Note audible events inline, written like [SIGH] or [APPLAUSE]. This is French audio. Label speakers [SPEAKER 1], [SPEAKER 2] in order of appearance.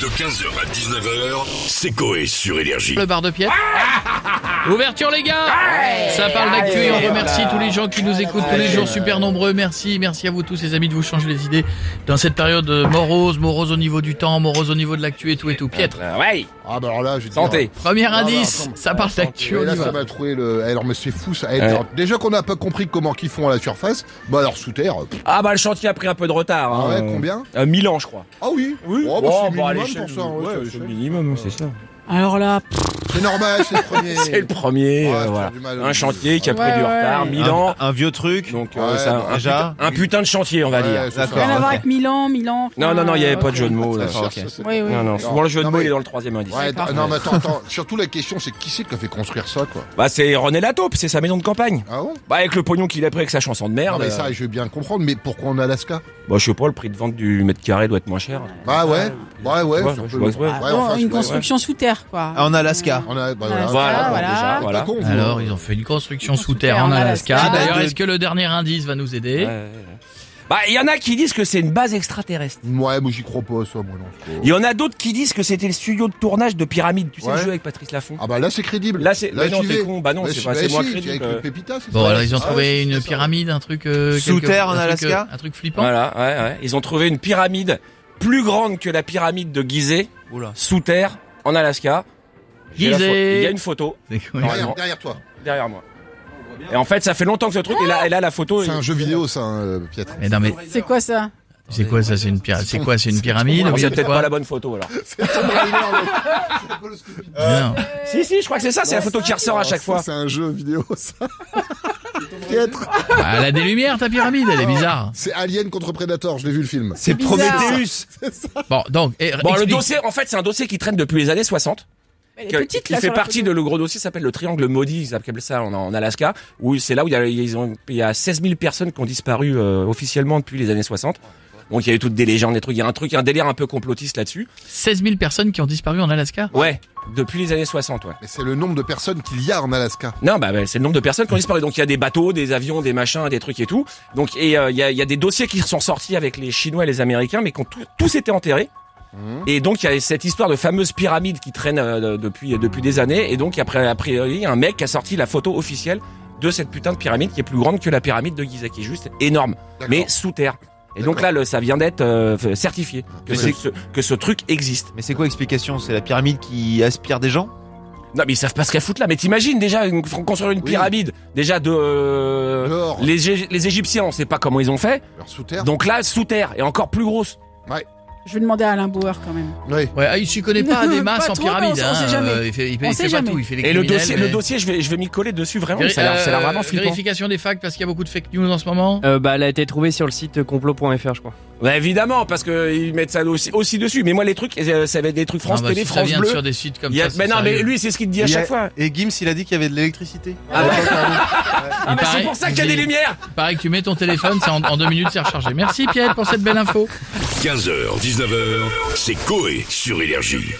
[SPEAKER 1] De 15h à 19h, c'est Coé sur Énergie.
[SPEAKER 2] Le bar de piètre. Ouverture les gars Ça parle d'actu et on remercie tous les gens qui nous écoutent tous les jours, super nombreux. Merci, merci à vous tous les amis de vous changer les idées dans cette période morose, morose au niveau du temps, morose au niveau de l'actu et tout et tout. Piètre.
[SPEAKER 3] Ouais,
[SPEAKER 4] Ah bah alors là, je vais te
[SPEAKER 3] santé.
[SPEAKER 4] dire,
[SPEAKER 2] Premier
[SPEAKER 4] non,
[SPEAKER 2] indice,
[SPEAKER 4] attends,
[SPEAKER 2] ça parle d'actu,
[SPEAKER 4] ouais,
[SPEAKER 2] on y
[SPEAKER 4] là,
[SPEAKER 2] va.
[SPEAKER 4] ça m'a trouvé le. eh, Alors mais c'est fou ça. Eh,
[SPEAKER 3] Ouais.
[SPEAKER 4] alors, déjà qu'on n'a pas compris comment qu'ils font à la surface, bah alors sous terre. pff,
[SPEAKER 3] Ah bah le chantier a pris un peu de retard.
[SPEAKER 4] ah ouais,
[SPEAKER 3] hein.
[SPEAKER 4] combien
[SPEAKER 3] Euh, 1000 ans je crois.
[SPEAKER 4] Ah oui. Oh, bah, c'est le minimum pour ça. ouais, ça, c'est-
[SPEAKER 3] minimum, c'est ça.
[SPEAKER 2] Alors là,
[SPEAKER 4] c'est normal, c'est le premier.
[SPEAKER 3] [LAUGHS] C'est le premier,
[SPEAKER 4] Ouais,
[SPEAKER 3] euh,
[SPEAKER 4] c'est
[SPEAKER 3] voilà.
[SPEAKER 4] du mal.
[SPEAKER 3] Un chantier qui a pris
[SPEAKER 2] Ouais,
[SPEAKER 3] du
[SPEAKER 2] ouais.
[SPEAKER 3] retard, 1000 ans.
[SPEAKER 5] Un vieux truc.
[SPEAKER 3] Donc euh,
[SPEAKER 4] Ouais,
[SPEAKER 3] ça,
[SPEAKER 4] bah,
[SPEAKER 3] un,
[SPEAKER 5] déjà.
[SPEAKER 3] putain, un putain de chantier, on va
[SPEAKER 4] Ouais,
[SPEAKER 3] dire.
[SPEAKER 4] c'est
[SPEAKER 5] D'accord.
[SPEAKER 4] ça. Ah,
[SPEAKER 6] Rien à voir avec Milan, Milan. euh,
[SPEAKER 3] Non, non, non, il n'y avait pas de jeu de mots là.
[SPEAKER 4] Ça cherche, ça, c'est-
[SPEAKER 6] Oui, oui.
[SPEAKER 3] Non, non, souvent le jeu de
[SPEAKER 4] Non,
[SPEAKER 3] mots
[SPEAKER 4] mais-
[SPEAKER 3] il est dans le troisième indice.
[SPEAKER 4] Ouais, attends, non mais attends, attends. [LAUGHS] Surtout la question c'est qui c'est qui a fait construire ça quoi.
[SPEAKER 3] Bah c'est René Lataupe, c'est sa maison de campagne.
[SPEAKER 4] Ah bon
[SPEAKER 3] Bah avec le pognon qu'il a pris avec sa chanson de merde.
[SPEAKER 4] Non mais
[SPEAKER 3] euh,
[SPEAKER 4] ça je veux bien comprendre, mais pourquoi en Alaska
[SPEAKER 3] Bah je sais pas, le prix de vente du mètre carré doit être moins cher.
[SPEAKER 4] Bah ouais, ouais ouais.
[SPEAKER 3] Ouais,
[SPEAKER 4] ça
[SPEAKER 3] je
[SPEAKER 4] peut-
[SPEAKER 3] vois, ouais.
[SPEAKER 4] ouais,
[SPEAKER 6] Ah,
[SPEAKER 4] enfin,
[SPEAKER 6] bon,
[SPEAKER 4] c'est-
[SPEAKER 6] une
[SPEAKER 4] ouais, ouais.
[SPEAKER 6] construction sous terre, quoi.
[SPEAKER 5] En Ah, Alaska.
[SPEAKER 4] On a, bah, voilà.
[SPEAKER 3] Voilà,
[SPEAKER 6] voilà.
[SPEAKER 3] déjà,
[SPEAKER 6] Ah,
[SPEAKER 3] voilà.
[SPEAKER 4] T'as con, vous. hein.
[SPEAKER 2] alors ils ont fait une construction sous terre en Alaska.
[SPEAKER 6] Ah,
[SPEAKER 2] D'ailleurs,
[SPEAKER 5] de-
[SPEAKER 2] est-ce que le dernier indice va nous aider
[SPEAKER 3] Ouais, ouais, ouais. Bah il y en a qui disent que c'est une base extraterrestre.
[SPEAKER 4] Ouais, moi j'y crois pas ça, moi non. c'est pas-
[SPEAKER 3] Il y en a d'autres qui disent que c'était le studio de tournage de Pyramide. Tu sais le
[SPEAKER 4] Ouais.
[SPEAKER 3] jeu avec Patrice Laffont.
[SPEAKER 4] Ah bah là c'est crédible.
[SPEAKER 3] Là, c'est- mais non,
[SPEAKER 4] j'y
[SPEAKER 3] t'es
[SPEAKER 4] vais.
[SPEAKER 3] con. Bah non,
[SPEAKER 4] Mais
[SPEAKER 3] c'est
[SPEAKER 4] si-
[SPEAKER 3] pas-
[SPEAKER 4] bah
[SPEAKER 3] c'est
[SPEAKER 4] si,
[SPEAKER 3] moins
[SPEAKER 4] tu es
[SPEAKER 3] crédible. euh.
[SPEAKER 4] Avec le Pépita, c'est
[SPEAKER 2] Bon,
[SPEAKER 4] ça
[SPEAKER 2] alors ils ont
[SPEAKER 4] Ah ouais,
[SPEAKER 2] trouvé une
[SPEAKER 4] c'est ça.
[SPEAKER 2] pyramide, un truc... euh,
[SPEAKER 5] Sous
[SPEAKER 2] quelque-
[SPEAKER 5] terre, en
[SPEAKER 2] un truc,
[SPEAKER 5] Alaska
[SPEAKER 2] euh, Un truc flippant
[SPEAKER 3] Voilà, ouais, ouais. Ils ont trouvé une pyramide plus grande que la pyramide de Gizeh,
[SPEAKER 5] Oula.
[SPEAKER 3] sous terre, en Alaska. J'ai la pho-
[SPEAKER 2] Gizeh.
[SPEAKER 3] Il y a une photo
[SPEAKER 2] [LAUGHS]
[SPEAKER 4] Derrière, derrière toi.
[SPEAKER 3] derrière moi. Et en fait, ça fait longtemps que ce truc. Et là, et là la photo.
[SPEAKER 4] C'est
[SPEAKER 3] il-
[SPEAKER 4] un jeu vidéo, ça, hein, euh, Pietre. [LAUGHS]
[SPEAKER 2] Mais Eh non mais
[SPEAKER 6] C'est quoi ça
[SPEAKER 2] c'est quoi ça C'est une pyramide C'est quoi C'est une pyramide
[SPEAKER 3] Bon,
[SPEAKER 2] ou
[SPEAKER 3] c'est
[SPEAKER 2] bien
[SPEAKER 3] peut-être
[SPEAKER 2] quoi
[SPEAKER 3] pas la bonne photo alors.
[SPEAKER 4] Euh,
[SPEAKER 2] Non.
[SPEAKER 3] Si, si, je crois que c'est ça, c'est la photo qui ressort à chaque fois.
[SPEAKER 4] Oh, C'est un jeu vidéo, ça. Pietre.
[SPEAKER 2] Bah, elle a des lumières, ta pyramide, elle est bizarre.
[SPEAKER 4] C'est Alien contre Predator, je l'ai vu le film.
[SPEAKER 5] C'est
[SPEAKER 6] bizarre.
[SPEAKER 5] Prometheus.
[SPEAKER 2] Bon, donc, eh,
[SPEAKER 3] Bon, le
[SPEAKER 2] explique.
[SPEAKER 3] dossier, en fait, c'est un dossier qui traîne depuis les années 60.
[SPEAKER 6] Elle
[SPEAKER 3] qui
[SPEAKER 6] est petite,
[SPEAKER 3] qui
[SPEAKER 6] là,
[SPEAKER 3] fait
[SPEAKER 6] sur la
[SPEAKER 3] partie
[SPEAKER 6] photo.
[SPEAKER 3] de le gros dossier, s'appelle le triangle maudit, ils appellent ça en, en Alaska, où c'est là où il y, a, ils ont- il y a 16 000 personnes qui ont disparu euh, officiellement depuis les années 60. Donc il y a eu toutes des légendes, des trucs, il y a un truc, il y a un délire un peu complotiste là-dessus.
[SPEAKER 2] 16 000 personnes qui ont disparu en Alaska.
[SPEAKER 3] Ouais, depuis les années 60, ouais.
[SPEAKER 4] Mais c'est le nombre de personnes qu'il y a en Alaska.
[SPEAKER 3] Non, bah bah, c'est le nombre de personnes qui ont disparu. Donc il y a des bateaux, des avions, des machins, des trucs et tout. Donc et euh, il y, a, il y a des dossiers qui sont sortis avec les Chinois et les Américains, mais qui ont tous- tous été enterrés.
[SPEAKER 4] Mmh.
[SPEAKER 3] Et donc il y a cette histoire de fameuse pyramide qui traîne euh, depuis depuis des années. Et donc après a priori un mec a sorti la photo officielle de cette putain de pyramide qui est plus grande que la pyramide de Gizeh, qui est juste énorme,
[SPEAKER 4] D'accord.
[SPEAKER 3] mais sous terre. Et donc
[SPEAKER 4] D'accord. Ah,
[SPEAKER 3] là, le- ça vient d'être euh, f- certifié que,
[SPEAKER 4] Mais
[SPEAKER 3] ce-
[SPEAKER 4] c'est-
[SPEAKER 3] ce- que ce truc existe.
[SPEAKER 5] Mais c'est quoi l'explication C'est la pyramide qui aspire des gens
[SPEAKER 3] Non, mais ils savent pas ce qu'elle fout là. Mais t'imagines déjà une- construire une
[SPEAKER 4] Oui.
[SPEAKER 3] pyramide déjà de euh,
[SPEAKER 4] Dehors,
[SPEAKER 3] Les, Gé- les Égyptiens, on sait pas comment ils ont fait.
[SPEAKER 4] alors sous terre.
[SPEAKER 3] Donc là, sous terre, et encore plus grosse.
[SPEAKER 6] Je vais demander à Alain Bauer quand même.
[SPEAKER 4] Oui.
[SPEAKER 2] Ouais, ah, il s'y connaît pas des masses
[SPEAKER 6] [LAUGHS] Pas
[SPEAKER 2] en
[SPEAKER 6] trop,
[SPEAKER 2] pyramide.
[SPEAKER 6] non, on sait
[SPEAKER 2] hein,
[SPEAKER 6] jamais.
[SPEAKER 2] euh, Il fait, il fait-
[SPEAKER 6] On
[SPEAKER 2] il
[SPEAKER 6] sait
[SPEAKER 2] fait pas
[SPEAKER 6] jamais.
[SPEAKER 2] tout, il fait les
[SPEAKER 3] Et le
[SPEAKER 2] criminels,
[SPEAKER 3] dossier,
[SPEAKER 2] mais-
[SPEAKER 3] le dossier, je vais, je vais m'y coller dessus vraiment.
[SPEAKER 2] Véri-
[SPEAKER 3] ça a l'air- ça a l'air
[SPEAKER 2] euh,
[SPEAKER 3] vraiment flippant.
[SPEAKER 2] Vérification des facts parce qu'il y a beaucoup de fake news en ce moment.
[SPEAKER 7] Euh, bah, elle a été trouvée sur le site complot.fr, je crois.
[SPEAKER 3] Bah, évidemment, parce que ils mettent ça aussi, aussi dessus. Mais moi, les trucs, euh, ça va être des trucs France
[SPEAKER 2] Non, bah,
[SPEAKER 3] Télé,
[SPEAKER 2] si ça
[SPEAKER 3] France
[SPEAKER 2] vient
[SPEAKER 3] Bleu.
[SPEAKER 2] sur des sites comme
[SPEAKER 3] Il y a-
[SPEAKER 2] ça.
[SPEAKER 3] mais
[SPEAKER 2] c'est
[SPEAKER 3] non, mais
[SPEAKER 2] sérieux.
[SPEAKER 3] lui, c'est ce qu'il dit à
[SPEAKER 5] Il y a-
[SPEAKER 3] chaque fois.
[SPEAKER 5] Et Gims, il a dit qu'il y avait de l'électricité.
[SPEAKER 3] Ah
[SPEAKER 2] Il
[SPEAKER 3] Mais
[SPEAKER 2] paraît-
[SPEAKER 3] Ah bah, c'est pour ça qu'il y a des
[SPEAKER 2] il-
[SPEAKER 3] lumières.
[SPEAKER 2] il paraît que tu mets ton téléphone, ça, en, en deux minutes c'est rechargé. Merci Pierre pour cette belle info.
[SPEAKER 1] 15h, 19h, c'est Coé sur Énergie.